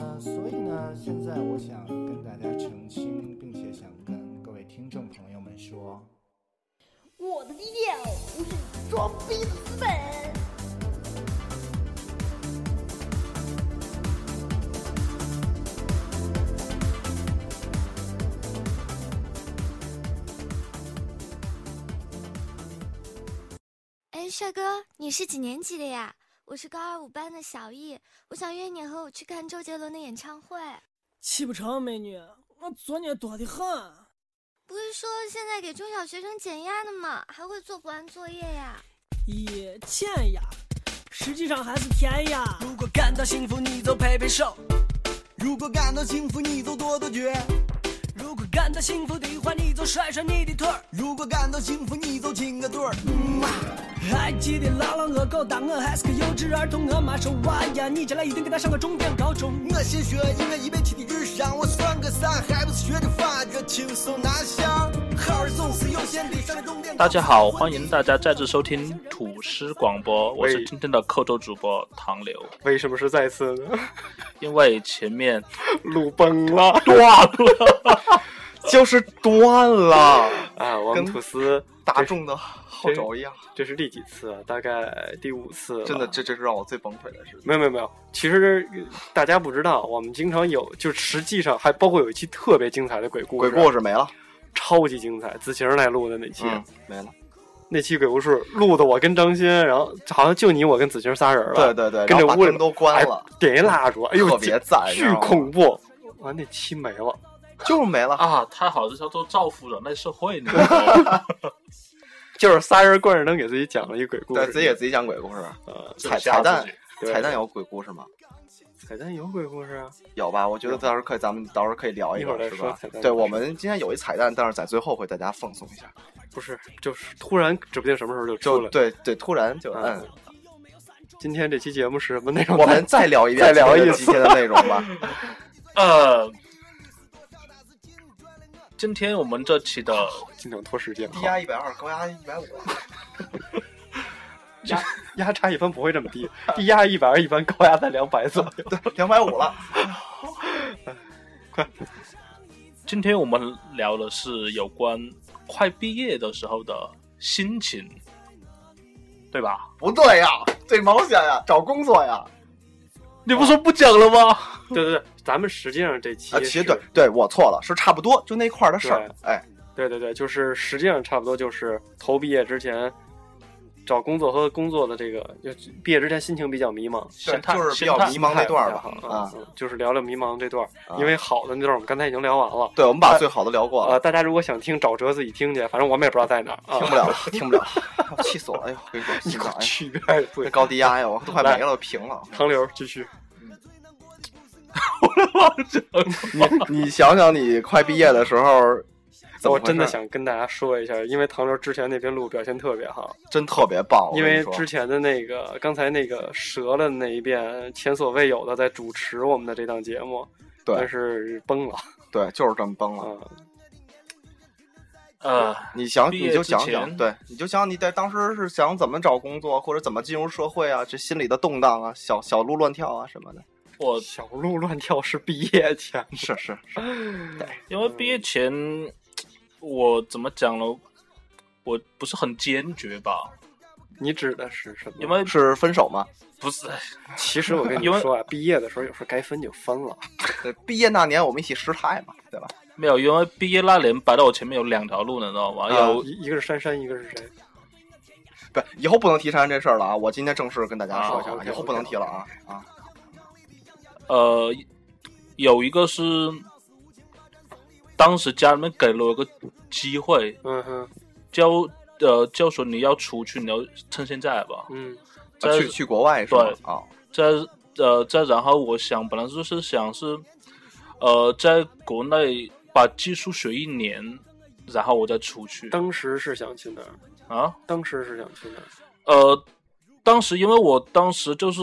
嗯，所以呢，现在我想跟大家澄清，并且想跟各位听众朋友们说，我的低调不是装逼的资本。哎，帅哥，你是几年级的呀？我是高二五班的小易，我想约你和我去看周杰伦的演唱会。去不成，美女，我作业多得很。不是说现在给中小学生减压呢吗？还会做不完作业呀？一欠呀，实际上还是甜呀。如果感到幸福，你就拍拍手；如果感到幸福，你就跺跺脚；如果感到幸福的话，你就甩甩你的腿儿；如果感到幸福，你就亲个嘴儿。嗯啊还记得拉郎恶狗，当我还是个幼稚儿童，我妈说娃呀，你将来一定给他上个重点高中。我先学一年一辈子的日常，我算个啥？还不是学着法着轻松拿下。好儿总是有限的，上个重点。大家好，欢迎大家再次收听土司广播，我是今天的扣头主播唐流。为什么是再次呢？ 因为前面录崩了断了，就是断了，啊！我们跟吐司大众的号召一样，这是第几次啊？大概第五次吧。真的，这这是让我最崩溃的事情。没有没有没有。其实大家不知道，我们经常有，就实际上还包括有一期特别精彩的鬼故鬼事，故事没了，超级精彩，子晴来录的那期，嗯，没了。那期鬼故事录的我跟张鑫，然后好像就你我跟子晴仨人了，对对对，跟然着后把屋里灯都关了，哎点一蜡烛，哎呦，特别赞，你知巨道吗恐怖。完那期没了，就是没了。啊，他好像叫做造福人类社会呢。就是仨人关着灯给自己讲了一鬼故对事，自己给自己讲鬼故事，呃彩吓彩自蛋己对彩蛋有鬼故事吗？彩蛋有鬼故事啊，有吧？我觉得到时候可以，咱们到时候可以聊一会儿个，再是说吧彩？蛋对，我们今天有一彩蛋，但是在最后会大家放松一下。不是，就是突然指不定什么时候就出就来。对对，突然就嗯嗯，今天这期节目是什么内容？ 我们再聊一遍，再聊一次今天的内容 吧。呃，今天我们这期的尽量拖时间。低压一百二，高压一百五。压压差一般不会这么低，低压一百二，一般高压在两百左右。对，两百五了。今天我们聊的是有关快毕业的时候的心情，对吧？不对呀，对毛线呀，找工作呀。你不说不讲了吗？对对对，咱们实际上这期啊，是其实对对，我错了，是差不多就那块儿的事儿。哎，对对对，就是实际上差不多就是头毕业之前找工作和工作的这个，就毕业之前心情比较迷茫。嗯对心，态就是比较心态迷茫那段儿太吧。好了啊，嗯就是聊聊迷茫这段儿，啊因为好的那段儿我们刚才已经聊完了。对，我们把最好的聊过呃，了，大家如果想听，找辙自己听去，反正我们也不知道在哪儿啊听。不了了， 听不了了，气死我了！哎呦，哦跟你说，你心给脏我哎去一边儿！不这高低压呀，我都快来没了，平了。唐流继 续。 你你想想，你快毕业的时 候，怎么我回事真的想跟大家说一下，因为唐流之前那篇录表现特别好，真特别棒，我因跟你为说之前的那个刚才那个折了那一遍，前所未有的在主持我们的这档节目，但对是崩了对，就是这么崩了。啊！呃，你想，毕你业就之想前想，对，你就想你在当时是想怎么找工作，或者怎么进入社会啊，这心里的动荡啊，小小鹿乱跳啊什么的。我小鹿乱跳是毕业前，是是是，因为毕业前，我怎么讲呢？我不是很坚决吧，你指的是什么？因为是分手吗？不是其实我跟你因为说啊，毕业的时候有时候该分就分了，对，毕业那年我们一起失态嘛，对吧？没有，因为毕业那年摆到我前面有两条路呢，你知道吗？啊有一一个是珊珊，一个是谁？不，以后不能提珊珊这事儿了啊！我今天正式跟大家说一下，啊，OK，OK，以后不能提了啊啊！呃，有一个是当时家里面给了我一个机会，嗯哼，就呃就说你要出去，你要趁现在吧。嗯啊再去去国外是吧对？啊，再呃再然后，我想本来就是想是呃，在国内把技术学一年，然后我再出去当时是想去哪儿？啊。当时是想去哪儿？呃，当时因为我当时就是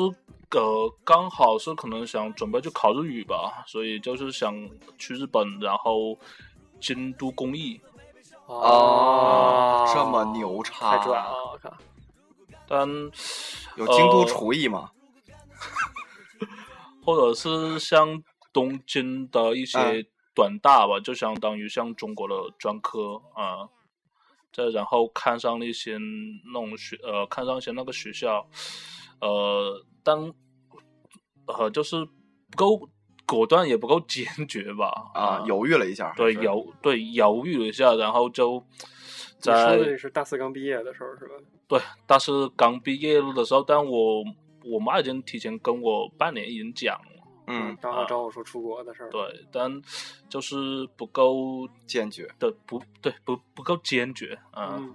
呃，刚好是可能想准备去考日语吧，所以就是想去日本，然后京都工艺。啊哦，这么牛叉，太拽了！我靠，但有京都呃厨艺吗？或者是像东京的一些嗯短大吧，就相当于像中国的专科啊、再然后看上了一些那种学呃，看上一些那个学校，呃，但呃就是不够果断，也不够坚决吧啊，犹豫了一下，对还是犹对犹豫了一下，然后就你说在的是大四刚毕业的时候是吧？对，但是刚毕业的时候，但我我妈已经提前跟我半年已经讲了。嗯，然后找我说出国的事儿。对，但就是不够坚决。的，不对，不不够坚决啊。嗯，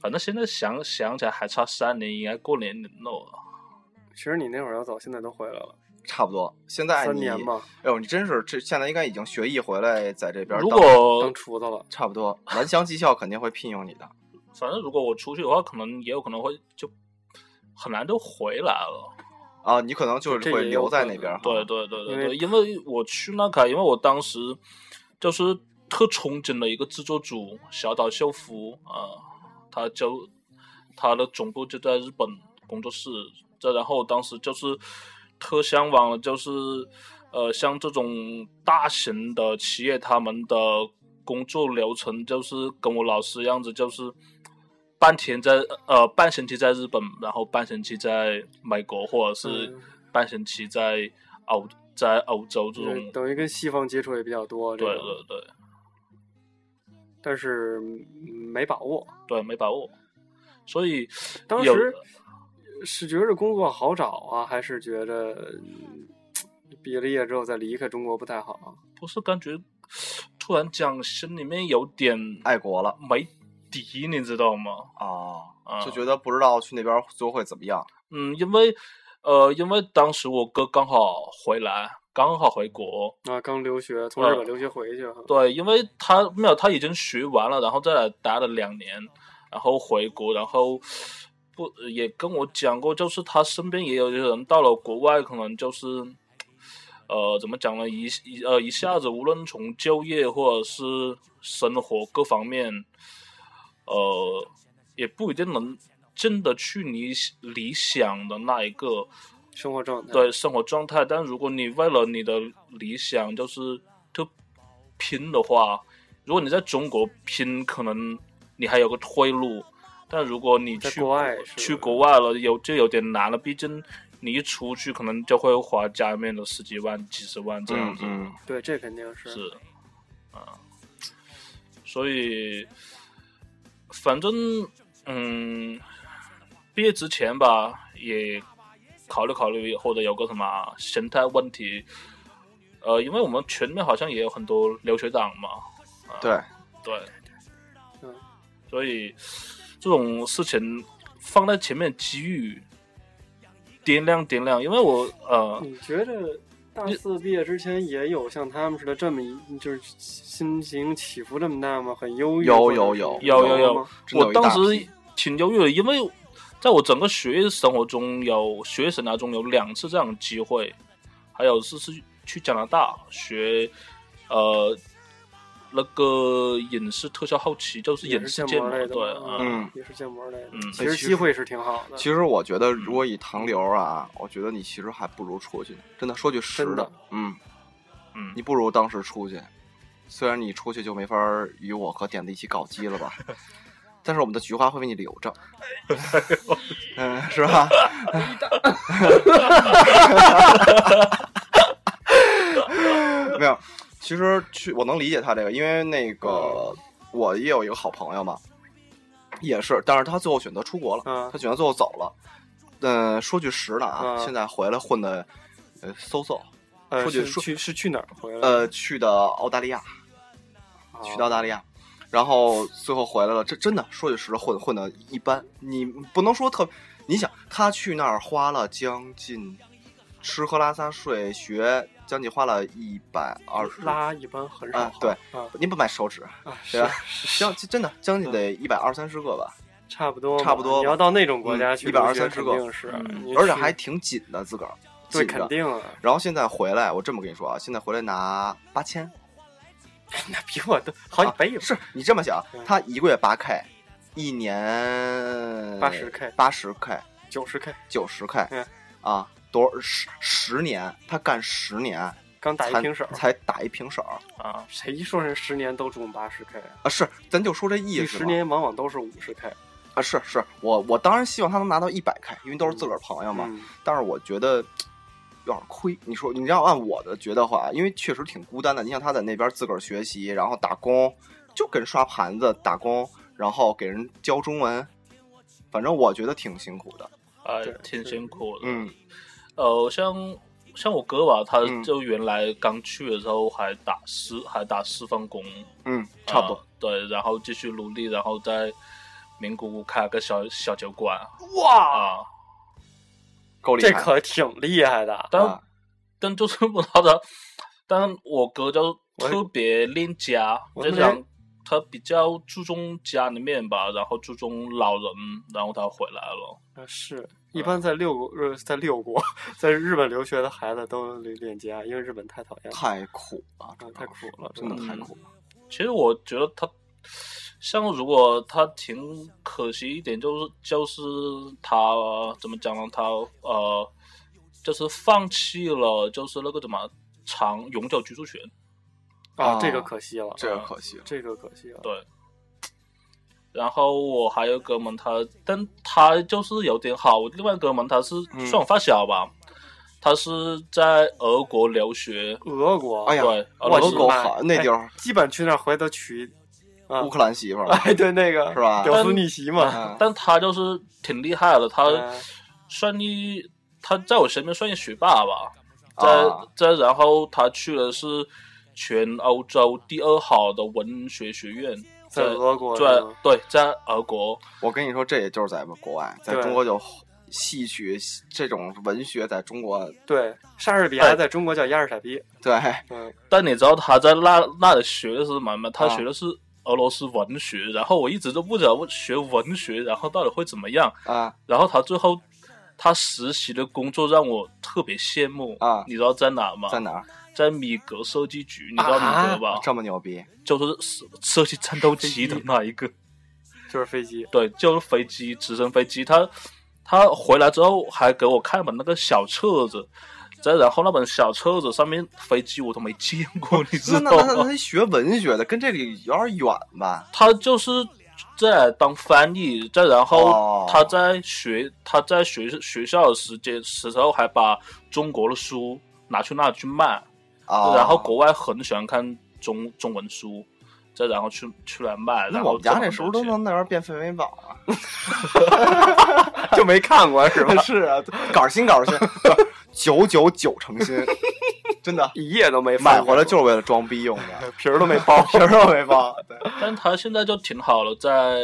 反正现在想想起来还差三年，应该过年能弄了。其实你那会儿要早，现在都回来了，差不多。现在三你，年哎吧，呦，你真是这现在应该已经学艺回来，在这边如当果当厨子了。差不多，兰香技校肯定会聘用你的。反正如果我出去的话，可能也有可能会就很难就回来了。啊，你可能就这是会也有留在可那能边哈。对对对对因为对，因为我去那卡，因为我当时就是特憧憬的一个制作组小岛秀夫啊，他就他的总部就在日本工作室，这然后我当时就是特向往的，就是呃像这种大型的企业他们的工作流程，就是跟我老师样子，就是。半天在呃半星期在日本，然后半星期在美国，或者是嗯半星期在欧在欧洲这种，对等于跟西方接触也比较多，这对种对对但是嗯没把握。对，没把握。所以当有时是觉着工作好找啊，还是觉着嗯毕了业之后再离开中国不太好啊？不是感觉突然讲心里面有点爱国了没底，你知道吗？哦，啊，就觉得不知道去那边最后会怎么样。嗯，因为呃，因为当时我哥刚好回来，刚好回国，啊，刚留学，从嗯呃日本留学回去哈，对，因为他没有，他已经学完了，然后再来待了两年，然后回国，然后不也跟我讲过，就是他身边也有一些人到了国外，可能就是呃怎么讲呢，一一呃一下子无论从就业或者是生活各方面，呃也不一定能进得去你理想的那一个。生活状态。对生活状态。但如果你为了你的理想就是特拼的话，如果你在中国拼，可能你还有个退路。但如果你在去国外是去国外了，有就有点难了，毕竟你一出去，可能就会花家里面的十几万、几十万这样子。嗯，对，这肯定是。是，啊，所以反正嗯，毕业之前吧，也考虑考虑或者有个什么心态问题，呃，因为我们群里面好像也有很多留学党嘛，啊对，对，嗯，所以这种事情放在前面机遇。掂量掂量，因为我呃，你觉着大四毕业之前也有像他们似的这么一就是心情起伏这么大吗？很忧郁有或者有是有有有有吗，真的有我一大当时批挺犹豫的，因为在我整个学业生活中有学业生涯中有两次这样的机会，还有是是去加拿大学呃那个影视特效后期，就是也影是视建界模嘛，类的对，嘛，嗯嗯也是建模类的嗯。其实机会是挺好的，其实我觉得，如果以唐流啊，我觉得你其实还不如出去。真的，说句实真的嗯，嗯你不如当时出去。虽然你出去就没法儿与我和点子一起搞基了吧，但是我们的菊花会为你留着，哎嗯，是吧？ 没有，其实去我能理解他这个，因为那嗯个我也有一个好朋友嘛，也是，但是他最后选择出国了，嗯他选择最后走了。嗯、说句实的啊，嗯现在回来混的呃搜搜，呃说句是说去是去哪儿回来？呃，去的澳大利亚，啊，去的澳大利亚，然后最后回来了。这真的说句实的，混混的一般。你不能说特，你想他去那儿花了将近吃喝拉撒睡学，将近花了一百二十。拉一般很少啊好，对啊，您不买手指，啊，对是吧？将真的将近得一百二三十个吧，差不多吧，差不多吧你要到那种国家去一百留二学，三十肯个嗯定是，你而且去还挺紧的，自个儿对，紧肯着。定啊，然后现在回来，我这么跟你说啊，现在回来拿八千，那比我都好几啊倍吧，是你这么想嗯，他一个月八 K，一年 80K 呃八十 K、九十 K，九十 K，嗯啊，多少十十年，他干十年刚打一才平手，才打一平手啊，谁说人十年都中八十 K 啊？啊！是，咱就说这意你思十嘛年往往都是五十 K，啊，是是，我我当然希望他能拿到一百 K，因为都是自个儿朋友嘛，嗯但是我觉得。嘖有点亏，你说你要按我的觉得话，因为确实挺孤单的。你像他在那边自个儿学习，然后打工，就跟刷盘子打工，然后给人教中文，反正我觉得挺辛苦的。哎对，挺辛苦的。嗯，呃，像像我哥吧，他嗯就原来刚去的时候还打四、还打四份工，嗯，差不多。呃对，然后继续努力，然后在名古屋开个小小酒馆哇，啊、够厉害。这可挺厉害的，但、啊但就是不知道他， 但我哥就特别恋家，我就我讲他比较注重家里面吧，然后注重老人，然后他回来了。啊是。一般在六国，呃，在六国，在日本留学的孩子都恋家，因为日本太讨厌了，太苦了，啊太苦了，真真的的太太嗯苦。苦了。其实我觉得他，像如果他挺可惜一点，就是就是他怎么讲呢？他呃，就是放弃了，就是那个怎么长永久居住权。啊，这啊个可惜了，这个可惜了，这个可惜了。对。然后我还有哥们他，但他就是有点好。另外一哥们他是嗯算我发小吧，他是在俄国留学。俄国，哎呀对，我俄的国妈好那地儿哎，基本去那儿回头娶啊乌，克兰媳妇儿了哎， 对，那个是吧屌丝逆啊袭嘛，嗯但他就是挺厉害的，他嗯算一，他在我身边算一学霸吧。再啊再然后他去的是全欧洲第二好的文学学院，在在俄国是在吗对在俄国。我跟你说，这也就是在国外，在对中国就戏曲这种文学，在中国对，莎士比哎亚在中国叫亚尔傻逼，对嗯，但你知道他在那那里学的是什么吗？他啊学的是俄罗斯文学，然后我一直都不知道学文学然后到底会怎么样。啊然后他最后他实习的工作让我特别羡慕啊你知道在哪吗？在哪儿在米格设计局，你知道米格吧？这么牛逼？就是设设计战斗机的那一个，就是飞机，对，就是飞机，直升飞机。他他回来之后还给我看本那个小册子。再然后那本小册子上面飞机我都没见过，你知那道哦那吗？那那那学文学的跟这个有点远吧？他就是在当翻译，再然后哦他在学、他在学学校的时间时候还把中国的书拿去那去卖，啊，然后国外很喜欢看中中文书，再然后去去来卖。哎那然我后们家挣那很时多候都钱能那边变氛围宝 啊！就没看过是吧？是啊，杆儿新杆儿新，不是九九九成 新，真的一页都没翻买过回来就是为了装逼用的， 皮儿都没剥，皮儿都没包。对但他现在就挺好了，在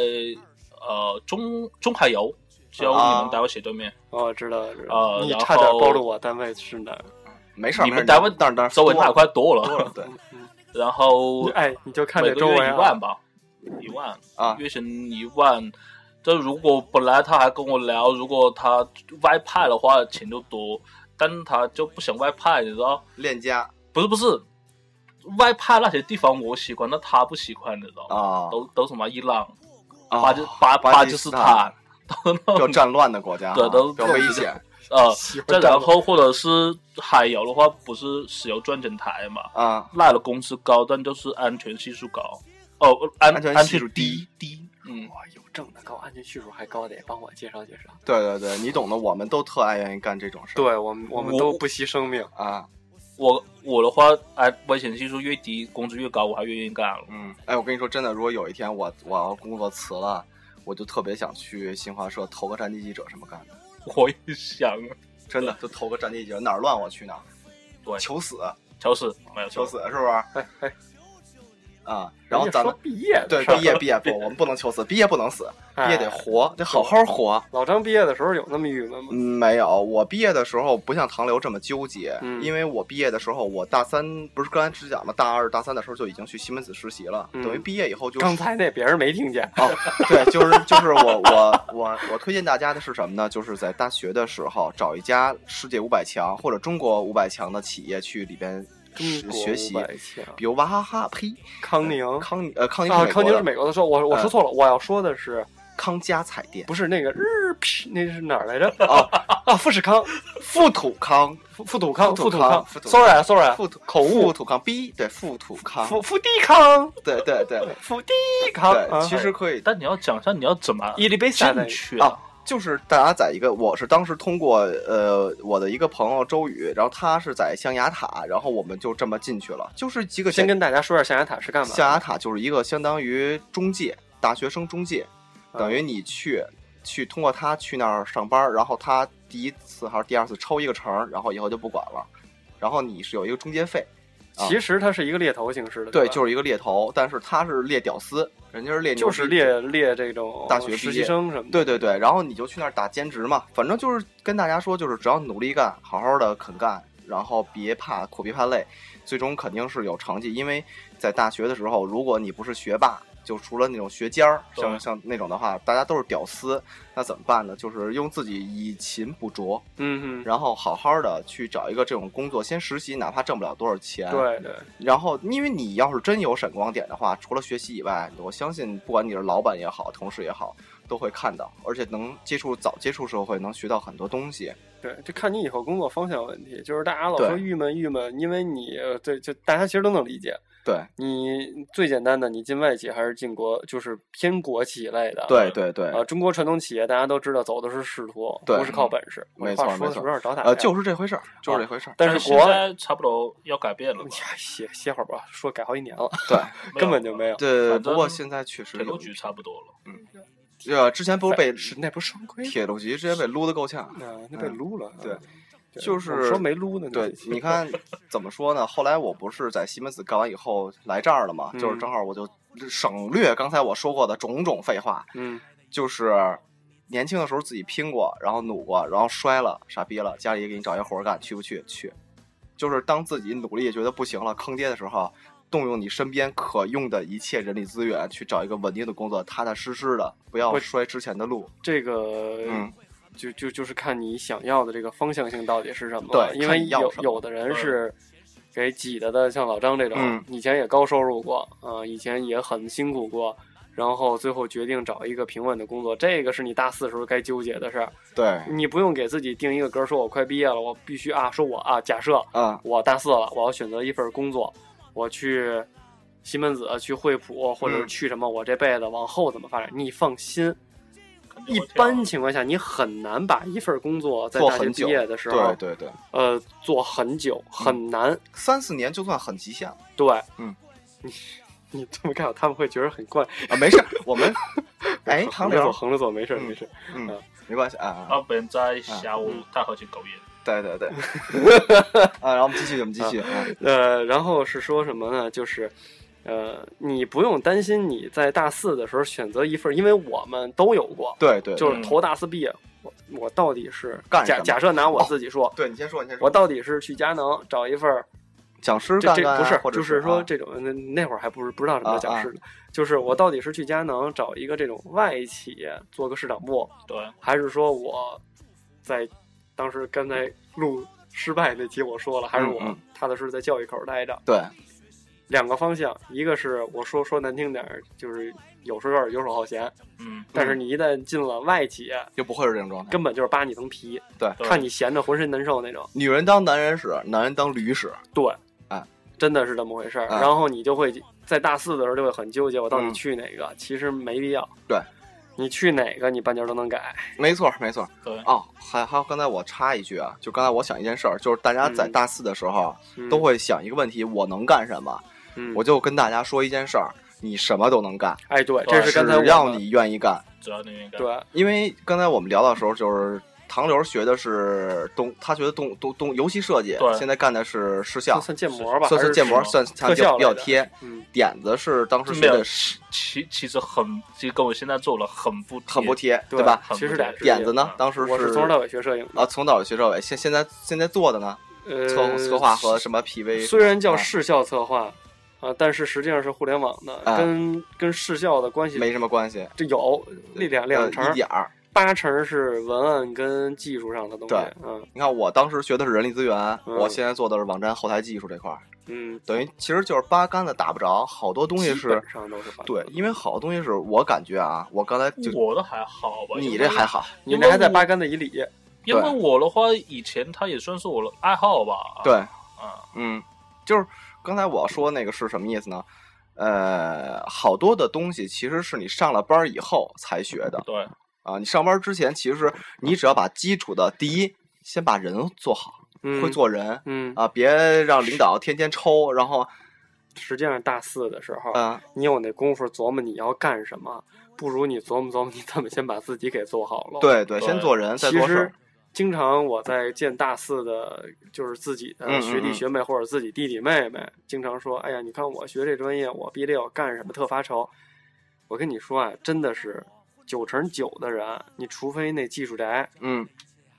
呃中中海油。就你啊们单位斜对面，哦我知道，我知道啊你然差点后暴露我单位是哪儿，没事儿，你没事们儿单位但是但是周围多那了块多多了了，对 然后哎，你就看每这个周围月一万啊，吧，一万，啊月薪一万。这如果本来他还跟我聊，如果他外派的话钱就多，但他就不想外派，你知道？链啊家不是不是，外派那些地方我喜欢，那他不喜欢，你知道吗？啊都都什么伊朗、啊巴基巴巴巴基基斯斯坦坦，都那要种战乱的国家啊， 对都比较危险 呃，再欢战然后或者是海油的话，不是石油钻井台嘛？啊。那的工资高，但就是安全系数高。哦，安安全系数低低，嗯，哇，有挣得高，安全系数还高的，也帮我介绍介绍。对对对，你懂的，我们都特爱愿意干这种事儿。对我们，我们我都不惜生命，啊，我我的话，哎，危险系数越低，工资越高，我还愿意干了。嗯，哎，我跟你说真的，如果有一天我我要工作辞了，我就特别想去新华社投个战地记者什么干的，我也想啊，真的就投个战地记者，哪儿乱我去哪儿，对求死求死，没有求求死是不是？哎哎，啊，然后人家咱说们毕业的对事儿毕业毕业不，我们不能求死，毕业不能死，毕业得哎活，得好好活。老张毕业的时候有那么郁闷吗？嗯，没有，我毕业的时候不像唐流这么纠结，嗯因为我毕业的时候，我大三不是刚才只讲了，大二、大三的时候就已经去西门子实习了，嗯等于毕业以后就是刚才那别人没听见，哦， 对，就是就是我我我我推荐大家的是什么呢？就是在大学的时候找一家世界五百强或者中国五百强的企业去里边中国学习五，百强比如娃哈哈，呸，康宁康宁呃康宁啊，是美康国宁的嗯是美国的，说我我说错了，我要说的是康佳彩电不是那个日皮那是哪儿来着？哦，啊，富士康、富土康，富富土康、富富土土康康富土康，sorry 啊 sorry，富土口误富，土康 B 对富土康，富富地康，对对对富地康，啊对，其实可以但你要讲一下你要怎么伊利贝萨正的确啊，就是大家在一个，我是当时通过呃我的一个朋友周宇，然后他是在象牙塔，然后我们就这么进去了，就是几个先简跟大家说一下象牙塔是干嘛的？象牙塔就是一个相当于中介，大学生中介，嗯等于你去去通过他去那儿上班，然后他第一次还是第二次抽一个成儿，然后以后就不管了，然后你是有一个中介费，啊其实它是一个猎头形式的，对，吧就是一个猎头，但是他是猎屌丝，人家是猎牛就逼是猎猎这种大学毕业实习生什么的。对对对，然后你就去那儿打兼职嘛，反正就是跟大家说，就是只要努力干，好好的肯干，然后别怕苦，别怕累，最终肯定是有成绩。因为在大学的时候，如果你不是学霸，就除了那种学尖儿，像对像那种的话，大家都是屌丝，那怎么办呢？就是用自己以勤补拙，嗯嗯，然后好好的去找一个这种工作，先实习，哪怕挣不了多少钱，对对，然后，因为你要是真有闪光点的话，除了学习以外，我相信不管你是老板也好，同事也好，都会看到，而且能接触早接触社会，能学到很多东西。对，就看你以后工作方向问题。就是大家老对说郁闷郁闷，因为你呃对，就大家其实都能理解。对，你最简单的，你进外企还是进国，就是偏国企类的。对，对，对，啊，中国传统企业大家都知道走的是仕途，对不是靠本事。没错话没说的错有点找打呀。呃，就是这回事儿，就是这回事儿。但是现国外，在差不多要改变了吧，哎歇歇会儿吧，说改好几年 了，啊对，没 有根本就没有。对，反不正过现在确实铁有路，啊局差不多了。呃，之前不是被是那不是双规吗？铁路局直接被撸的够呛。啊，那被嗯撸了啊。对对，就我是说没撸呢。对，这你 看怎么说呢？后来我不是在西门子干完以后来这儿了嘛，就是嗯正好我就省略刚才我说过的种种废话，嗯，就是年轻的时候自己拼过，然后努过，然后摔了，傻逼了，家里也给你找一活儿干，去不去？去。就是当自己努力觉得不行了，坑爹的时候，动用你身边可用的一切人力资源去找一个稳定的工作，踏踏实实的，不要我摔之前的路。这个嗯就就就是看你想要的这个方向性到底是什么了。对因看为你要有什么有的人是给挤得的，像老张这种，嗯以前也高收入过，啊、以前也很辛苦过，然后最后决定找一个平稳的工作，这个是你大四时候该纠结的事儿。对，你不用给自己定一个格儿，说我快毕业了，我必须啊，说我啊，假设啊，我大四了，我要选择一份工作，我去西门子、去惠普，或者是嗯去什么，我这辈子往后怎么发展？你放心，肯定一会这样般情况下，你很难把一份工作啊在做大学很毕久，业的时候，对对对，呃，做很久，很难。三四年就算很极限了对，嗯，你 你这么看，他们会觉得很怪。啊。没事儿，我 们哎，唐横着走，刘，横着走，没事儿，嗯没事儿。嗯，没关系啊。啊那本在下午太和去狗眼，对对 对，啊，然后我们继续，我们继续啊。呃，然后是说什么呢？就是，呃，你不用担心你在大四的时候选择一份，因为我们都有过，对对，就是嗯投大四毕业，我我到底是干什假么哦假设拿我自己说，对你先说，你先说我。到底是去佳能找一份儿讲师这干这干啊不是，或者就是啊说这种那那会儿还不是不知道什么叫啊讲啊师呢，就是我到底是去佳能找一个这种外企做个市场部，对，啊还是说我在当时刚才录失败那期我说了，还是我嗯嗯踏踏实实在教育口儿待着？对，两个方向，一个是我说说难听点儿，就是有时候有点游手好闲，嗯，但是你一旦进了外企，就不会是这种状态。根本就是扒你层皮，对，对啊看你闲的浑身难受那种。女人当男人使，男人当驴使。对，哎真的是这么回事儿。哎然后你就会在大四的时候就会很纠结，我到底嗯去哪个？其实没必要。对，你去哪个，你半截儿都能改。没错，没错。对，哦，还还有，刚才我插一句啊，就刚才我想一件事儿，就是大家在嗯大四的时候、啊嗯都，会想一个问题：我能干什么？嗯我就跟大家说一件事儿，你什么都能干，哎，对，对这是刚才只我要们你愿意干。只要那边干，对啊因为刚才我们聊到的时候，就是唐流学的是动，他学的动动动游戏设计对，现在干的是视效，算建模算吧，还算是建模，什么算算特比较效比较类的贴。嗯，点子是当时没学有的其其其实很，其实跟我现在做了很不很不贴，对吧？很不其实贴俩是点子呢嗯，当时我是从头到尾学摄影的，啊，从导学到尾，现现在现在做的呢，呃，策策划和什么 PV，虽然叫啊视效策划啊，但是实际上是互联网的，啊跟跟视效的关系没什么关系，这有那两两呃成一儿，点儿。八成儿是文案跟技术上的东西对，嗯你看我当时学的是人力资源，嗯我现在做的是网站后台技术这块儿，嗯，等于其实就是八竿子打不着，好多东西基是本上都是吧对，，因为好多东西是我感觉啊，我刚才就我的还好吧，你因这为还好，你们还在八竿子以里，因为我的话，以前它也算是我的爱好吧。，对，啊，嗯，就是刚才我说那个是什么意思呢？呃，好多的东西其实是你上了班儿以后才学的对，啊。你上班之前，其实你只要把基础的第一，先把人做好，嗯，会，做人嗯，啊，别让领导天天抽，然后实际上大四的时候，啊，你有那功夫琢磨你要干什么，不如你琢磨琢磨你怎么先把自己给做好了。，对对，对先做人再其做事实儿，经常我在见大四的，就是自己的嗯学嗯弟嗯学妹或者自己弟弟妹妹，经常说：“哎呀，你看我学这专业，我毕业我干什么特发愁。”我跟你说啊，真的是九成九的人，你除非那技术宅，嗯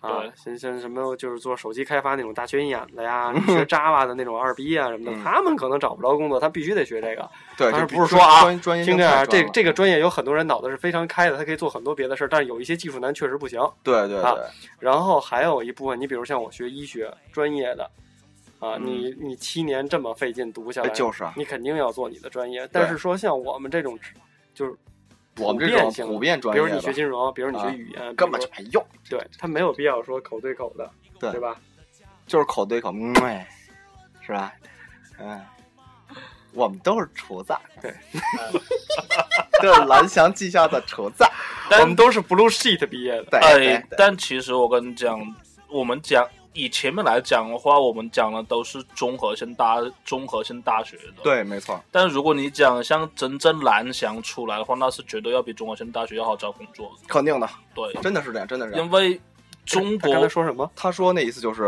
啊对，像像什么就是做手机开发那种大缺心眼子 呀，学 Java 的那种二逼啊什么的，嗯他们可能找不着工作，他必须得学这个。对，当然就不是说啊专专业听性着太啊，这专了这个专业有很多人脑子是非常开的，他可以做很多别的事儿，但是有一些技术难确实不行。对对啊对，然后还有一部分，你比如像我学医学专业的，啊，嗯你你七年这么费劲读下哎来，就是啊，你肯定要做你的专业。但是说像我们这种职，就是我们这种普遍性的普遍专比业如你学吧，金融，比如你学啊语言，根本就比如没用，对他没有必要说口对口的，对对吧？就是口对口，嗯哎，是吧？嗯，我们都是厨子，对，这是蓝翔技校的厨子，我们都是 blue sheet 毕业的，对，哎对，对但其实我跟你讲，我们讲以前面来讲的话，我们讲的都是综合性大综合性大学的。。对，没错，但如果你讲像真正蓝翔出来的话，那是绝对要比综合性大学要好找工作的。肯定的，对，真的是这样，真的是这样。因为中他刚才国说什么？他说那意思就是，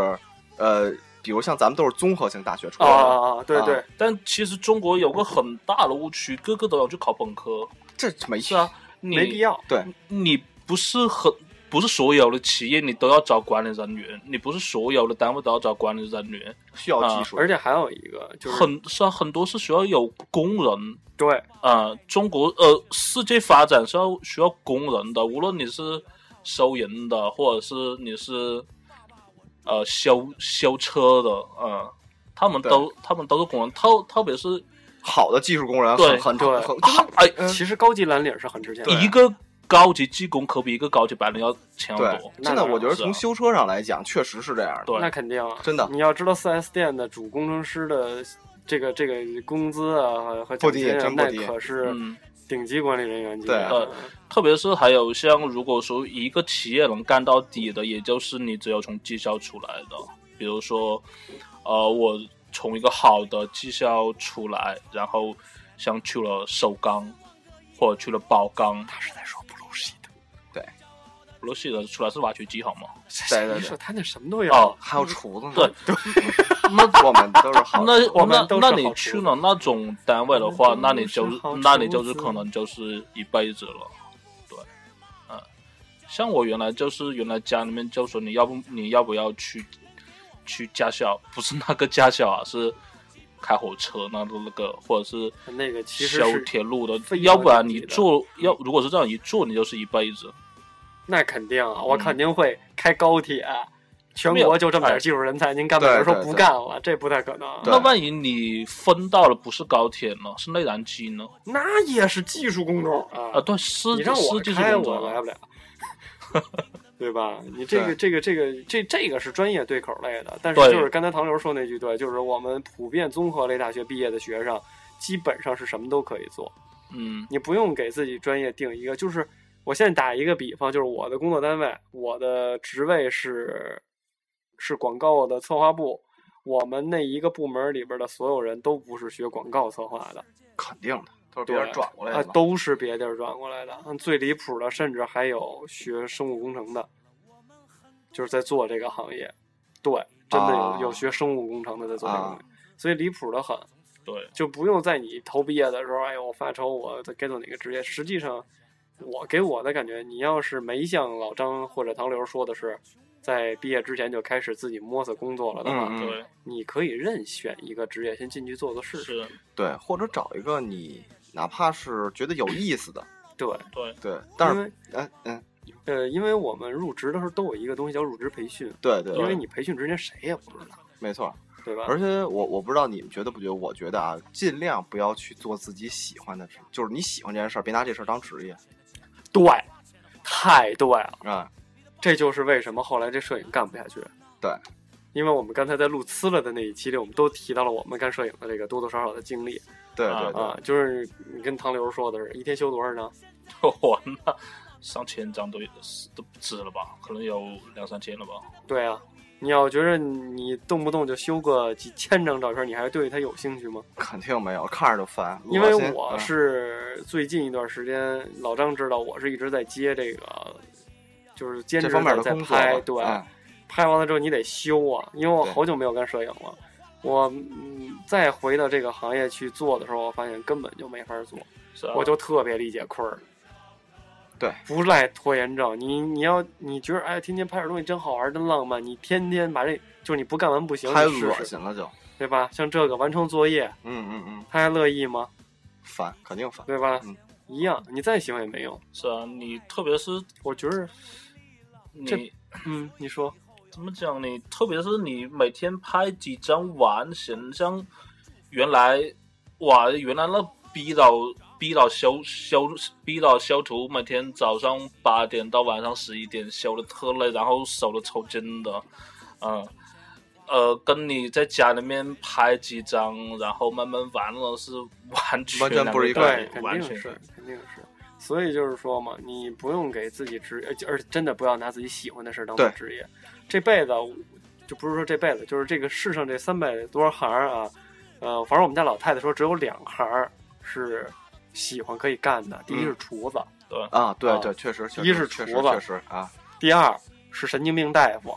呃，比如像咱们都是综合性大学出啊来的，啊啊！对啊对，但其实中国有个很大的误区，个个都要去考本科。这没是啊，你没必要。对，你不是很不是所有的企业你都要找管理人员，你不是所有的单位都要找管理人员，需要技术，啊而且还有一个就是，很是啊，很多是需要有工人。对，啊、中国呃，世界发展是要需要工人的，无论你是收银的，或者是你是呃修修车的，嗯、他们对都他们都是工人，特特别是好的技术工人对很很对很，好哎嗯其实高级蓝领是很值钱的。一个高级技工可比一个高级白领要强得对多，，真的，那我觉得是啊从修车上来讲，确实是这样的。对嗯那肯定啊，真的你要知道，四 S 店的主工程师的这个这个工资啊和和不奖金低啊，真不那低可是嗯。顶级管理人员级对别啊。呃特别是还有像，如果说一个企业能干到底的，也就是你只有从技校出来的。比如说，呃，我从一个好的技校出来，然后像去了首钢，或者去了宝钢，他是在说 blue sheet，罗西的出来是挖掘机好吗？对对对你说，他那什么都哦有，，还有厨子呢。对，那我们都是好那我们都是那好那你厨去子了那种单位的话我，们那都你就是好那你厨就是可子能就是一辈子了，对，嗯，像我原来就是原来家里面就说你要不你要不要去去驾校，不是那个驾校啊，是开火车那个那个或者是那个其实修是铁路的，非常要不然你顶级的做要如果是这样一做，你就是一辈子。那肯定啊，我嗯肯定会开高铁。全没有国就这么点哎技术人才，您干嘛对说对不对干了？这不太可能。对那万一你分到了不是高铁呢，是内燃机呢？那也是技术工种啊，对，是你让我是技术开，工我种啊来不了， 对吧？你这对个这个这个这这个是专业对口类的，但是对就是刚才唐流说那句对，就是我们普遍综合类大学毕业的学生，基本上是什么都可以做，嗯，你不用给自己专业定一个。就是我现在打一个比方，就是我的工作单位，我的职位是是广告的策划部。我们那一个部门里边的所有人都不是学广告策划的，肯定的，都是别人对转过来啊的，嘛。都是别地儿转过来的。嗯最离谱的，甚至还有学生物工程的，就是在做这个行业，对，真的有、啊有学生物工程的在做这个行业，所以离谱的很，对，就不用在你投毕业的时候，哎呦，我发愁我该做哪个职业。实际上，我给我的感觉，你要是没像老张或者唐流说的是，在毕业之前就开始自己摸索工作了的话，嗯对，你可以任选一个职业先进去做做试试。 是，对，或者找一个你哪怕是觉得有意思的，对，对，对，但是因为嗯嗯，呃，因为我们入职的时候都有一个东西叫入职培训，对对，因为对你培训之前谁也不知道，没错。对吧？而且我我不知道你们觉得不觉得，我觉得啊，尽量不要去做自己喜欢的事，就是你喜欢这件事儿，别拿这事儿当职业对，太对了。啊。这就是为什么后来这摄影干不下去。对，因为我们刚才在录呲了的那一期里，我们都提到了我们干摄影的这个多多少少的经历对啊对对，啊，就是你跟唐流说的是一天修多少张？我那上千张都有都不止了吧，可能有两三千了吧。对啊，你要觉着你动不动就修个几千张照片，你还对它有兴趣吗？肯定没有，看着就烦。因为恶心我嗯是最近一段时间，老张知道我是一直在接这个，就是兼这职方面的在在工作拍，吧对，嗯拍完了之后你得修啊，因为我对好久没有干摄影了。我嗯，再回到这个行业去做的时候，我发现根本就没法做，是啊，我就特别理解坤儿。对，不赖拖延症。你你要你觉得哎，天天拍点东西真好玩，真浪漫，你天天把这就是你不干完不行，太你试恶试，心了就，对吧？像这个完成作业，嗯嗯嗯，他还乐意吗？烦，肯定烦。对吧？嗯一样，你再喜欢也没用。是啊，你特别是我觉得，这你嗯，你说，怎么讲呢？特别是你每天拍几张完，显像原来哇，原来那逼到逼到修修逼到修图，每天早上八点到晚上十一点修的特累，然后手都抽筋的，嗯。呃，跟你在家里面拍几张，然后慢慢玩了，是完全完全不是一个两概个对肯概念完定全是，肯定是。所以就是说嘛，你不用给自己职，而且而且真的不要拿自己喜欢的事儿当做对职业。这辈子就不是说这辈子，就是这个世上这三百多少行儿啊，呃，反正我们家老太太说只有两行儿是喜欢可以干的，嗯第一是厨子，啊，对啊对，确实，确一实是确厨实子确实啊，第二是神经病大夫，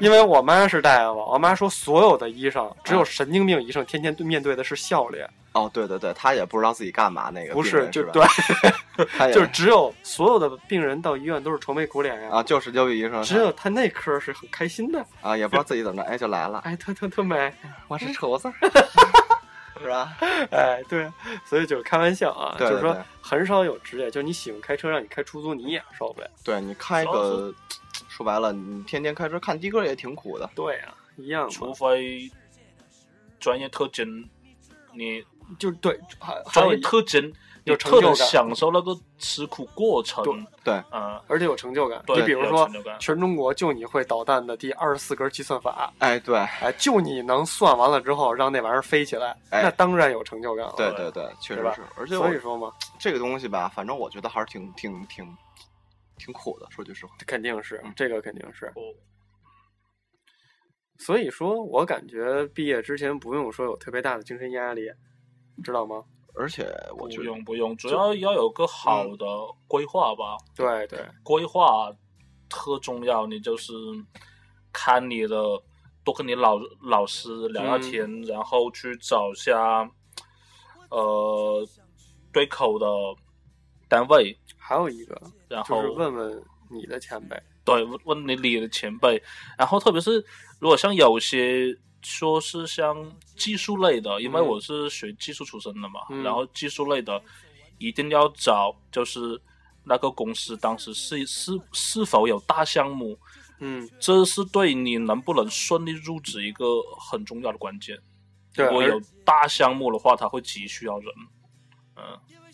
因为我妈是大夫，我妈说所有的医生，啊只有神经病医生天天对面对的是笑脸，哦，对对对，他也不知道自己干嘛哎那个病人，不是是就吧对，他也就是只有所有的病人到医院都是愁眉苦脸呀，啊，就是刘宇医生，只有他那科是很开心的，啊，也不知道自己怎么着，哎，就来 了，哎，特特 特美，我是厨子， 是吧？哎，对，所以就开玩笑啊，对对 就是说对很少有职业，就是你喜欢开车，让你开出租你也受不了，对你开主要个，说白了，你天天开车看的哥也挺苦的，对呀、一样嘛除，非专业特警，你就对，还还专有业一特警，有你成特就能感享受那个吃苦过程。对对，啊，而且有成就感。对你比如有说成就感，全中国就你会导弹的第二十四根计算法，哎，对，哎，就你能算完了之后让那玩意儿飞起来，哎那当然有成就感了。对对对，确实哦对吧是，而且我所以说嘛，这个东西吧，反正我觉得还是挺挺挺挺苦的，说句实话，肯定是嗯这个，肯定是。我所以说我感觉毕业之前不用说有特别大的精神压力，知道吗？而且我不觉得用不用，主要要有个好的规划吧。对对，规划特重要，你就是看你的，多跟你老老师聊聊天，嗯然后去找一下呃对口的单位，还有一个然就后是问问你的前辈，对，问问你你的前辈，然后特别是如果像有些说是像技术类的，因为嗯我是学技术出身的嘛，嗯然后技术类的一定要找就是那个公司当时是是是否有大项目，嗯，这是对你能不能顺利入职一个很重要的关键。对，如果而有大项目的话，他会急需要人。嗯，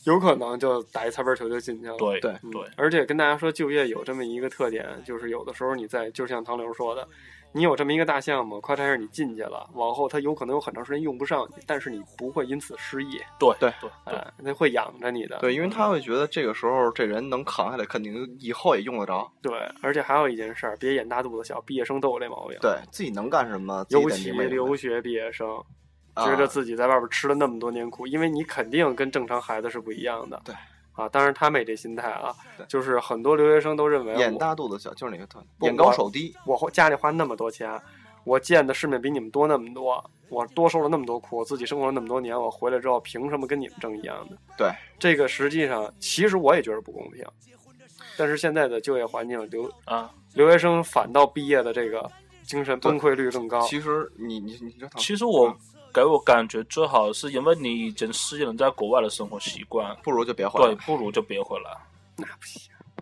有可能就打一擦边球就进去了。对对嗯对，而且跟大家说，就业有这么一个特点，就是有的时候你在，就像唐流说的，你有这么一个大项目，咔嚓一下你进去了，往后它有可能有很长时间用不上你，但是你不会因此失业，对对对对哎，那会养着你的。对，因为他会觉得这个时候这人能扛下来，肯定以后也用得着，对，而且还有一件事儿，别眼大肚子小，毕业生都有这毛病。，对自己能干什么，自己尤得其明白明白留学毕业生，啊觉得自己在外边吃了那么多年苦，因为你肯定跟正常孩子是不一样的。对，啊，当然他们也这心态啊，就是很多留学生都认为眼我大肚子小，就是那个特不眼高手低，我花家里花那么多钱，我见的世面比你们多那么多，我多受了那么多苦，我自己生活了那么多年，我回来之后凭什么跟你们挣一样的？对，这个实际上其实我也觉得不公平，但是现在的就业环境，留啊。留学生反倒毕业的这个精神崩溃率更高。其实你你你这其实我给我感觉最好是因为你已经适应了在国外的生活习惯，不如就别回来对，不如就别回来。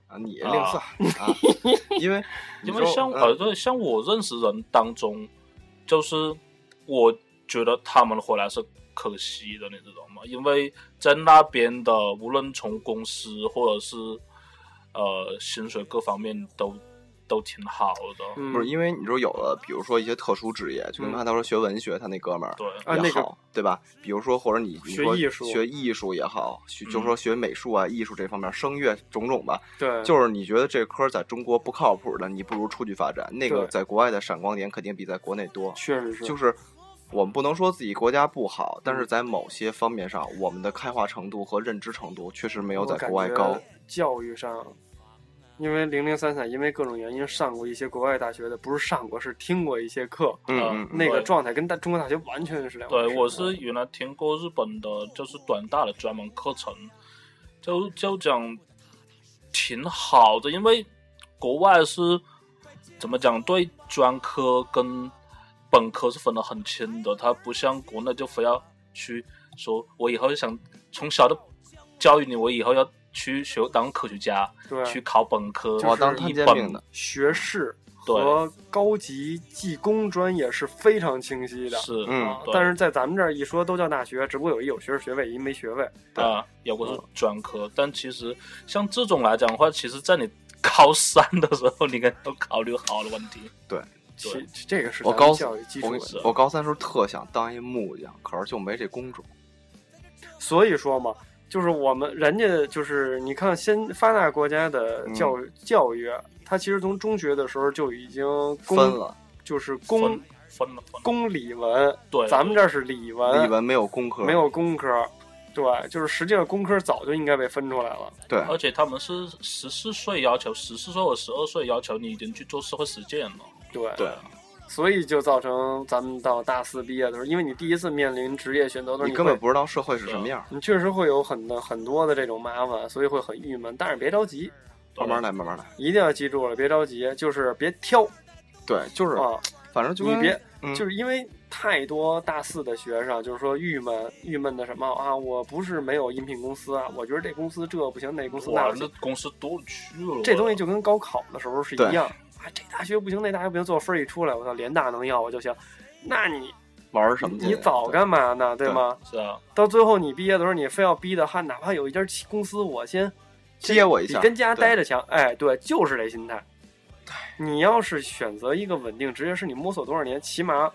啊，你另算啊， 因为嗯因为像呃，对，像我认识人当中，就是我觉得他们回来是可惜的，你知道吗？因为在那边的，无论从公司或者是呃薪水各方面都都挺好的。嗯不是因为你说有了，比如说一些特殊职业，就跟刚才说学文学，他那哥们儿对啊也那个好，对吧？比如说或者你你学说艺术学艺术也好，学就嗯说学美术啊、艺术这方面，声乐种种吧，对，就是你觉得这科在中国不靠谱的，你不如出去发展。那个对在国外的闪光点肯定比在国内多，确实是，嗯就是。我们不能说自己国家不好，但是在某些方面上，我们的开化程度和认知程度确实没有我在感国外觉高。教育上，因为零零散散，因为各种原因上过一些国外大学的，不是上过，是听过一些课，嗯呃嗯那个对状态跟大中国大学完全是两回事。嗯对，我是原来听过日本的，就是短大的专门课程，就就讲挺好的，因为国外是怎么讲，对专科跟本科是分得很清的，它不像国内就非要去说，我以后想从小的教育你，我以后要去学当科学家，对去考本科，就是我当一摊煎饼本的，学士对和高级技工专业是非常清晰的。是，嗯啊对但是在咱们这儿一说都叫大学，只不过有一有学士学位，一没学位。啊，有个是专科，但其实像这种来讲的话，其实在你高三的时候，你应该要考虑好的问题。其对这个是我咱们高教育基础我的。是我高三时候特想当一木匠，可是就没这工种。所以说嘛，就是我们人家就是你看，先发达国家的嗯教育、教育，它其实从中学的时候就已经公分，了，就是分公分了分了，公理文，对咱们这儿是理文，语文没有工科，没有工科，对，就是实际上工科早就应该被分出来了。对，而且他们是十四岁要求，十四岁或十二岁要求你已经去做社会实践了。对对，所以就造成咱们到大四毕业的时候，因为你第一次面临职业选择的时候，你你根本会不知道社会是什么样，你确实会有很多很多的这种麻烦，所以会很郁闷。但是别着急，对慢慢来，慢慢来。一定要记住了，别着急，就是别挑对，就是，啊，反正就你跟别，嗯就是因为太多大四的学生就是说郁闷，郁闷的什么啊？我不是没有应聘公司啊，我觉得这公司这不行，那公司那哇不，那行，公司多了去了。这东西就跟高考的时候是对一样啊，这大学不行，那大学不行，最后分儿一出来，我操，联大能要我就行，那你玩什么劲你早干嘛呢？对对吗？是啊，到最后你毕业的时候，你非要逼的哈，哪怕有一家企公司，我先接我一下你跟家对待着强。哎，对，就是这心态。你要是选择一个稳定职业，是你摸索多少年，起码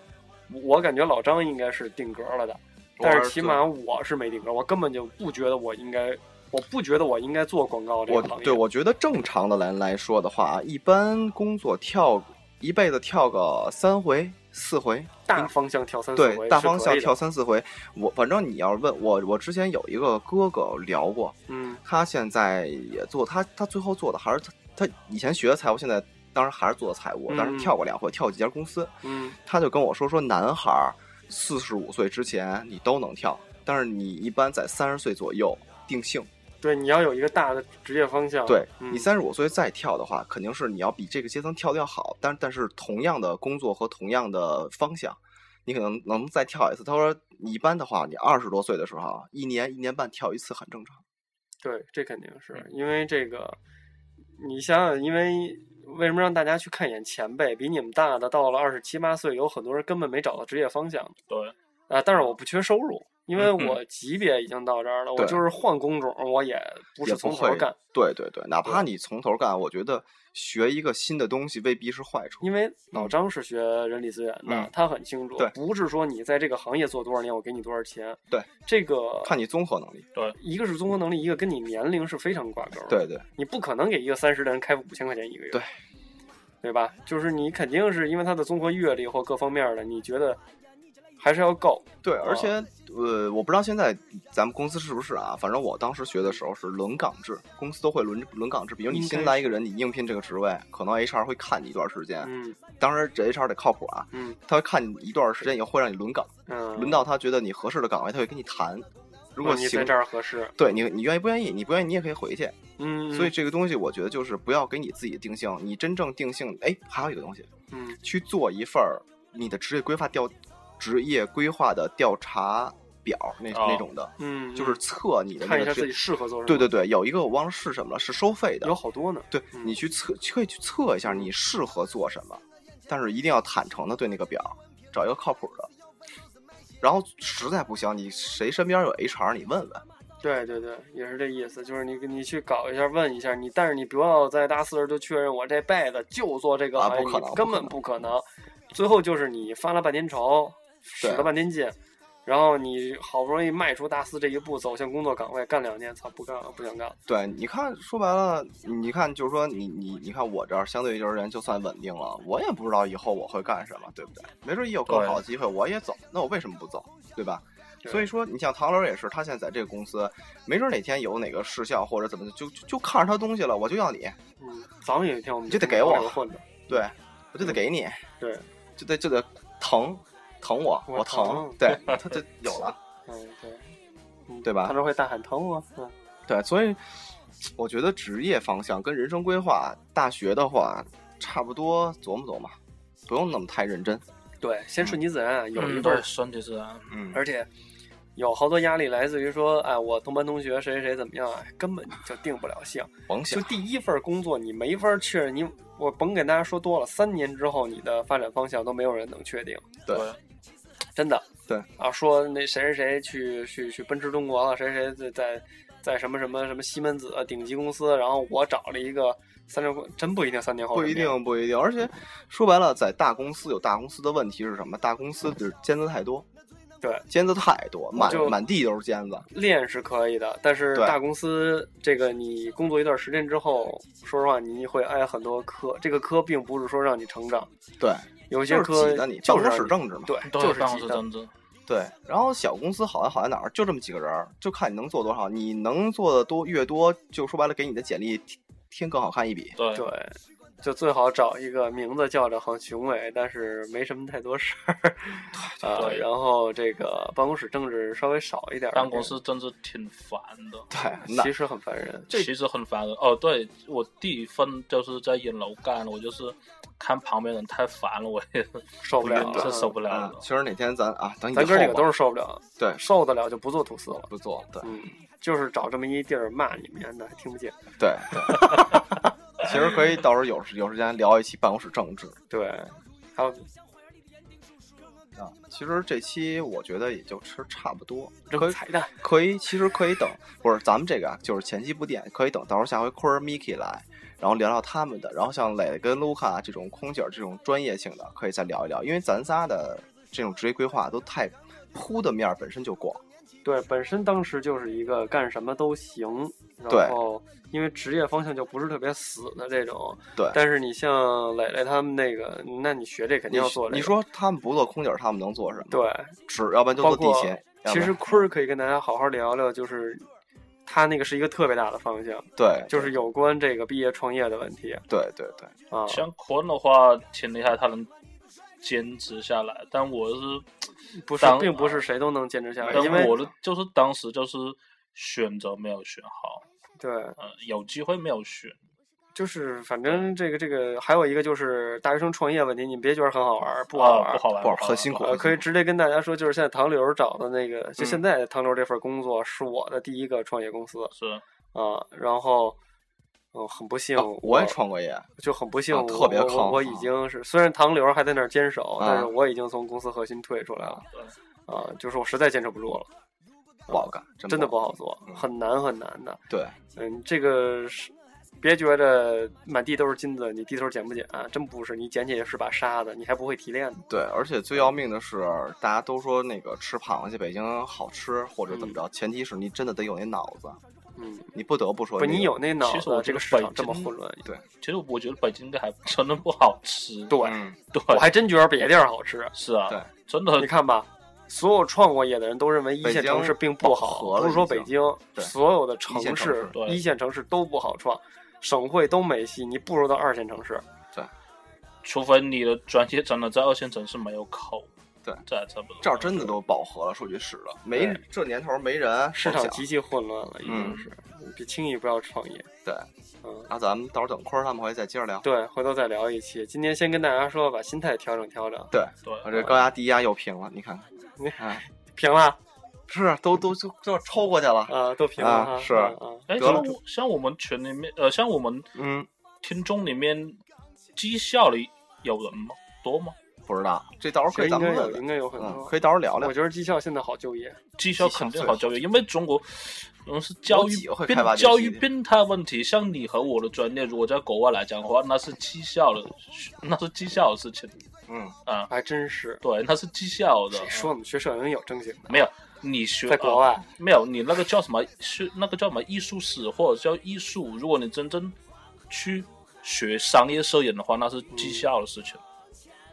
我感觉老张应该是定格了的，我还但是是起码我是没定格，我根本就不觉得我应该，我不觉得我应该做广告这我个行业。对我觉得正常的人来说的话，啊一般工作跳一辈子跳个三回四回，大方向跳三四回对，大方是可向以的跳，三四回。我反正你要是问我，我之前有一个哥哥聊过，嗯，他现在也做，他他最后做的还是他他以前学的财务，现在当然还是做的财务，但嗯是跳过两回，跳几家公司。嗯，他就跟我说说，男孩儿四十五岁之前你都能跳，但是你一般在三十岁左右定性。对，你要有一个大的职业方向。对嗯你三十五岁再跳的话，肯定是你要比这个阶层跳的要好，但但是同样的工作和同样的方向，你可能能再跳一次。他说，一般的话，你二十多岁的时候啊，一年一年半跳一次很正常。对，这肯定是嗯因为这个，你想想，因为为什么让大家去看一眼前辈？比你们大的到了二十七八岁，有很多人根本没找到职业方向啊、对，但是我不缺收入，因为嗯嗯我级别已经到这儿了，我对就是换工种，我也不也是从不头会干。对对对，哪怕你从头干，我觉得学一个新的东西未必是坏处。因为老张是学人力资源的，嗯他很清楚对，不是说你在这个行业做多少年，我给你多少钱。对，这个看你综合能力。一个是综合能力，一个跟你年龄是非常挂钩的。对对你不可能给一个三十的人开五千块钱一个月，对，对吧？就是你肯定是因为他的综合阅历或各方面的，你觉得还是要够。对，而且哦呃，我不知道现在咱们公司是不是啊，反正我当时学的时候是轮岗制，公司都会轮轮岗制。比如你应该新来一个人，你应聘这个职位，可能 HR 会看你一段时间，嗯当然这 HR 得靠谱啊，嗯他会看你一段时间以后会让你轮岗，嗯，轮到他觉得你合适的岗位，他会跟你谈。如哦果你行，在这儿合适，对你你愿意不愿意？你不愿意你也可以回去。嗯，所以这个东西我觉得就是不要给你自己定性，你真正定性，哎，还有一个东西，嗯去做一份儿你的职业规划调职业规划的调查表那、哦那种的，嗯，就是测你的看那一下个自职己业。适合做什么。对对对，有一个我忘了是什么了，是收费的有。好多呢。对嗯你去测，可以去测一下你适合做什么，但是一定要坦诚的对那个表，找一个靠谱的。然后实在不行，你谁身边有 HR，你问问。对对对，也是这意思，就是你你去搞一下，问一下你，但是你不要在大四时就确认我这辈子就做这个啊行业，不可能你根本不可能。最后就是你发了半天愁，使了半天劲，然后你好不容易迈出大四这一步，走向工作岗位，干两年，操，不干了，不想干了。对，你看，说白了，你看，就是说你，你你看我这儿相对于就是人就算稳定了，我也不知道以后我会干什么，对不对？没准也有更好的机会，我也走，那我为什么不走，对吧？对所以说，你像唐老师也是，他现在在这个公司，没准哪天有哪个事项或者怎么的，就就就看上他东西了，我就要你，嗯，早晚有一天我们你就得不给我往这混的。对我就得给你，嗯对，就得就得疼疼我，我我疼疼， 对，他就有了。嗯对，嗯对吧他这会大喊疼我，嗯对，所以我觉得职业方向跟人生规划，大学的话差不多琢磨琢磨，不用那么太认真。对，先顺其自然啊，有一份嗯对，身体自然，嗯而且有好多压力来自于说，哎，我同班同学谁谁谁怎么样，哎，根本就定不了性。甭就想，第一份工作，你没法确认你，我甭给大家说多了，三年之后你的发展方向都没有人能确定，对真的。对啊，说那谁谁谁去去去奔驰中国了，谁谁在在在什么什么什么西门子啊顶级公司，然后我找了一个三年后，真不一定三年后不一定不一定。而且说白了，在大公司有大公司的问题是什么？大公司就是尖子太多，对，尖子太多，满就满地都是尖子。练是可以的，但是对大公司这个你工作一段时间之后，说实话你会挨很多科，这个科并不是说让你成长，对，有些就是科挤的你，就办公是让室你政治嘛。对，都就是办公挤室的政治，对，然后小公司好在好在哪儿，就这么几个人儿，就看你能做多少。你能做的多越多，就说白了，给你的简历添添更好看一笔。对对，就最好找一个名字叫着很雄伟，但是没什么太多事儿，啊， 对然后这个办公室政治稍微少一点儿，办公室政治挺烦的。对，那其实很烦人，其实很烦人哦。对我第一份就是在影楼干的，我就是看旁边人太烦了，我也受不了， 是受不了啊了，。其实哪天咱啊，等你咱哥几个后吧都是受不了，对受得了就不做土司了，不做，对嗯，就是找这么一地儿骂你们，那还听不见，对对。 其实可以到时候有时有时间聊一期办公室政治对，还有啊。其实这期我觉得也就吃差不多，可扔以彩蛋，可以，其实可以等，不是咱们这个啊，就是前期不垫，可以等到时候下回坤儿 Miki 来，然后聊聊他们的，然后像磊跟卢卡这种空姐儿这种专业性的，可以再聊一聊，因为咱仨的这种职业规划都太铺的面儿本身就广，对，本身当时就是一个干什么都行，对然后因为职业方向就不是特别死的这种，对。但是你像磊磊他们那个，那你学这肯你定要做这个。你说他们不做空姐儿，他们能做什么？，对，只要不然就做包地括勤。要不其然实坤儿可以跟大家好好聊聊，就是他那个是一个特别大的方向，哎对，就是有关这个毕业创业的问题对对对，啊。像坤的话挺厉害，他能坚持下来，但我是不是当，啊并不是谁都能坚持下来，但因为我的就是当时就是选择没有选好，对，呃，有机会没有选，就是反正这个这个还有一个就是大学生创业问题，你别觉得很好玩儿，不好玩啊儿，不好玩，不好玩不好很辛苦呃，可以直接跟大家说，就是现在唐流找的那个，就嗯现在唐流这份工作是我的第一个创业公司是啊、然后，嗯、很不幸，啊我也创过业，就很不幸，啊我特别我坑我我已经是虽然唐流还在那儿坚守，啊但是我已经从公司核心退出来了，啊、就是我实在坚持不住了，不好干，真的不不好。好做，很难很难的，对，嗯，这个是。别觉着满地都是金子，你低头捡不捡啊？真不是，你捡起来是把沙子，你还不会提炼呢。对，而且最要命的是，大家都说那个吃螃蟹北京好吃或者怎么着，前提是你真的得有那脑子，嗯，你不得不说不，那你个有那脑其实子我，这觉个得市场北这么京混乱，其实我觉得北京应该还 真的不好吃，对，嗯，对， 我还真觉得别地儿好吃。是啊，对真的你看吧，所有创过业的人都认为一北线京城市并不饱好，和了不是说已经北京，对所有的一线城城市市对一线城市都不好创，省会都没戏，你不如到二线城市。除非你的专业真的在二线城市没有考，对这还差不多。这儿真的都饱和了，说句实的，没对这年头没人市甭场想极其混乱了，已经嗯是，别轻易不要创业。对，嗯，那咱们到时候等坤儿他们回去再接着聊。对，回头再聊一期。今天先跟大家说，把心态调整调整，对，我对，这高压低压又平了，你看看，你哎，平了，是啊都都就就要抽过去了。啊，都平了啊哈，是啊啊哎，得像了我像我们群里面，呃，像我们嗯，听众里面，绩效里有人吗？多吗？不知道，这到时候其可实以应咱该们有，问问，应该有很嗯，多。可以到时候聊聊我。觉得技校现在好就业，绩效肯定好教育，因为中国，嗯，是教有几育个会开发变这个教系育列变态问题。像你和我的专业，如果在国外来讲的话，那是绩效的，那是绩效的事情嗯，啊。还真是。对，那是绩效的谁。说我们学摄影有正经的？没有，你学在国、外呃没有，你那个叫什么？是那个叫什么艺术史或者叫艺术？如果你真正去学商业摄影的话，那是绩效的事情。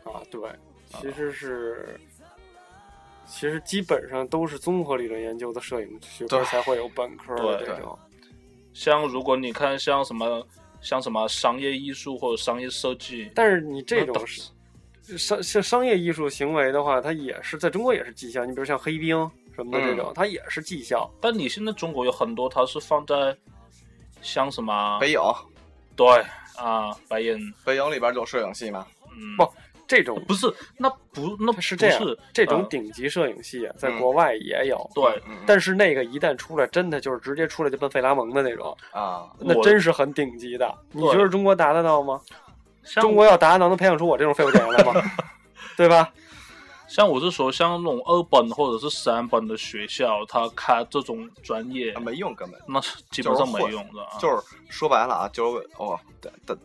啊，对，其实是，其实基本上都是综合理论研究的摄影学科对才会有本科的对这种。像如果你看像什么像什么商业艺术或者商业设计，但是你这那种等是商像商业艺术行为的话，它也是在中国也是技校。你比如像黑冰什么的这种，嗯它也是技校。但你现在中国有很多，它是放在像什么北影，对啊，白眼北影里边就有摄影系嘛。嗯不这种不是那不那它不是这样是，这种呃顶级摄影系在嗯国外也有。对嗯但是那个一旦出来，真的就是直接出来就奔费拉蒙的那种，啊，那我真是很顶级的。你对觉得中国达得到吗？像中国要达到能培养出我这种废物演员来 吗？对吧？像我是说像那种二本或者是三本的学校，它开这种专啊业，没用，根本那是基本上就是没混用的啊。就是说白了啊，就是哦，对对，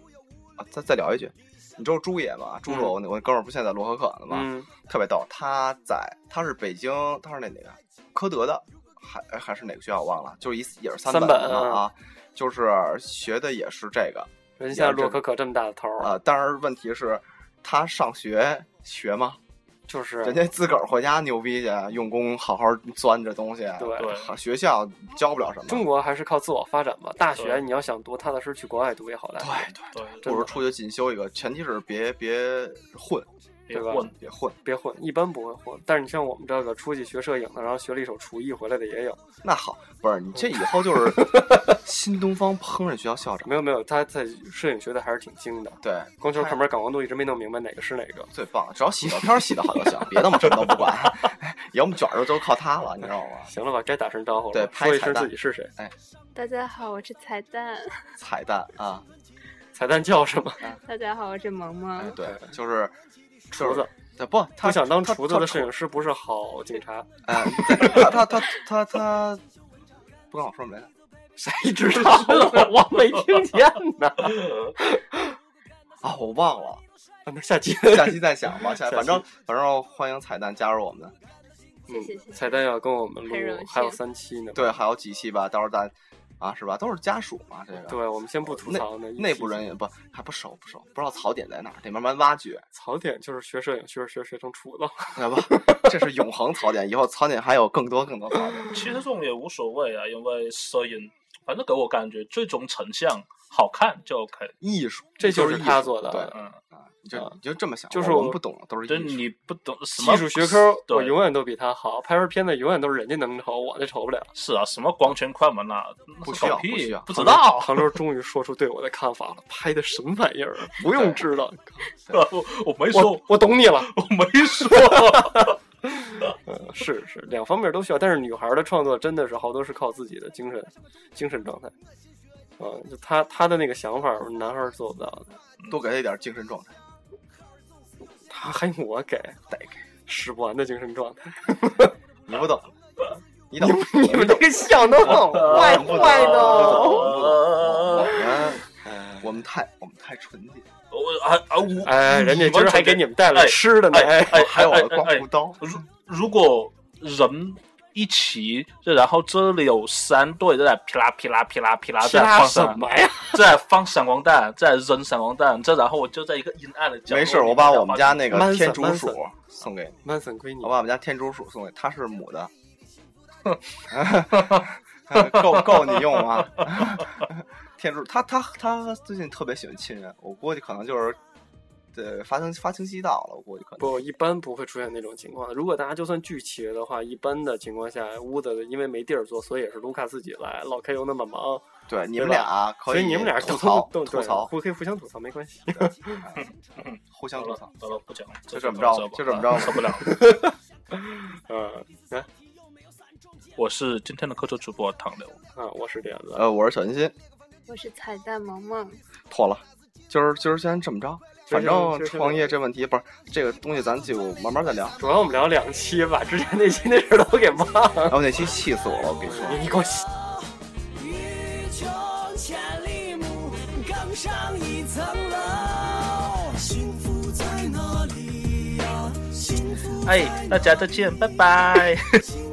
啊，再再聊一句，你知道朱爷吧？朱嗯主，我那我那哥们儿不现在在罗河可呢吗？嗯，特别逗。他在他是北京，他是那哪个科德的，还哎还是哪个学校我忘了，就是一也是三三本本的嘛啊啊，就是学的也是这个人家洛可可这么大的头儿，啊、呃。但是问题是，他上学学吗？就是人家自个儿回家牛逼去，用功好好钻这东西。对对好学校教不了什么。中国还是靠自我发展吧。大学对你要想读，踏踏实实去国外读也好大学，对真对，不如的出去进修一个，前提是别别混，别对吧混，别混。别混，一般不会混。但是你像我们这个出去学摄影的，然后学了一手厨艺回来的也有，那好，不是你这以后就是 新东方烹饪学校校长，没有没有，他在摄影学的还是挺精的。对，光球看门感光度一直没弄明白哪个是哪个。最棒，只要洗照片洗得好就行，别的我们什么都不管。 要么卷着都靠他了，你知道吗？行了吧，该打声招呼了，对拍说一彩声蛋自己是谁，大家好，我是彩蛋。彩蛋啊，彩蛋叫什么？大家好，我是萌哎萌。对，就是厨子。，对不，他他想当他厨子他的摄影师不 是好警察，哎，对他他他他他不跟我说什么来着？谁知道？我没听见呢。 啊，我忘了，那下期下期再想吧。下 下期反正反正欢迎彩蛋加入我们，谢谢谢谢。嗯彩蛋要跟我们录很荣幸，还有三期呢。对，还有几期吧，到时候咱啊是吧？都是家属嘛，这个啊对，我们先不吐槽呢，内部人员不还不熟不熟，不知道槽点在哪儿，得慢慢挖掘，槽点就是学摄影，学着学着学成厨子了。好 吧？这是永恒槽点，以后槽点还有更多更多槽点。其实这种也无所谓啊，因为摄影，反正给我感觉最终成像好看就 OK。艺术，这就就是艺他术做的对，嗯，啊，你就啊你就这么想吧，呃就是我我们不懂，都是就是艺术你不懂 什么技术学科我对永远都比他好，拍出片子永远都是人家能瞅，我那瞅不了。是啊，什么光圈快门啊，那不是需要狗不需屁要，不知道。杭州终于说出对我的看法了，拍的什么玩意儿啊？不用知道，我我没说，我我我懂你了。嗯没 说。是是，两方面都需要，但是女孩的创作真的是好多是靠自己的精神精神状态。啊，就她她的那个想法，男孩是做不到的。多给他一点精神状态。他还用我给得给使不完的精神状态，你不懂， 你懂，你们这个像 都很坏坏的。呃我们 我们太我们太纯洁。我啊啊我哎，人家今儿还哎哦给你们带了吃的呢。哎啊哎，哎还有我的哎刮哎胡刀，如如果人一起，这然后这里有三队在噼啦噼啦噼啦噼啦在放闪什么 呀？ 在放闪光弹，在扔闪光弹，这然后我就在一个阴暗的角落没里面。事，我把我们家那个 Manson，天竺 Manson 嗯鼠送给你，曼森归你我。把我们家天竺鼠送给你，它是母的， 够够你用吗？ 天竺它它它最近特别喜欢亲人，我估计可能就是对发情发情期到了，我估计可能不，一般不会出现那种情况。如果大家就算聚齐了的话，一般的情况下，屋子因为没地儿坐，所以也是卢卡自己来。老 K 又那么忙，对你们对吧俩所可以你们俩吐都槽都吐槽互可以互相吐槽，没关 系。互相好吐了槽，，好了，不讲了，就这么着吧就这么着吧 受不了。嗯，来我是今天的客座主播唐流，啊，我是这样子。呃，我是小欣欣，我是彩蛋萌萌，妥了，今儿今儿先这么着，今反儿先正今儿先创业这问题不是这个东西，咱就慢慢再聊。主要我们聊两期，把之前那期那事儿都给忘了。然后那期气死我了，我跟你说。你给我洗欲穷千里目，更上一层楼。幸福在哪里呀？幸福哎哎，大家再见，拜拜。幸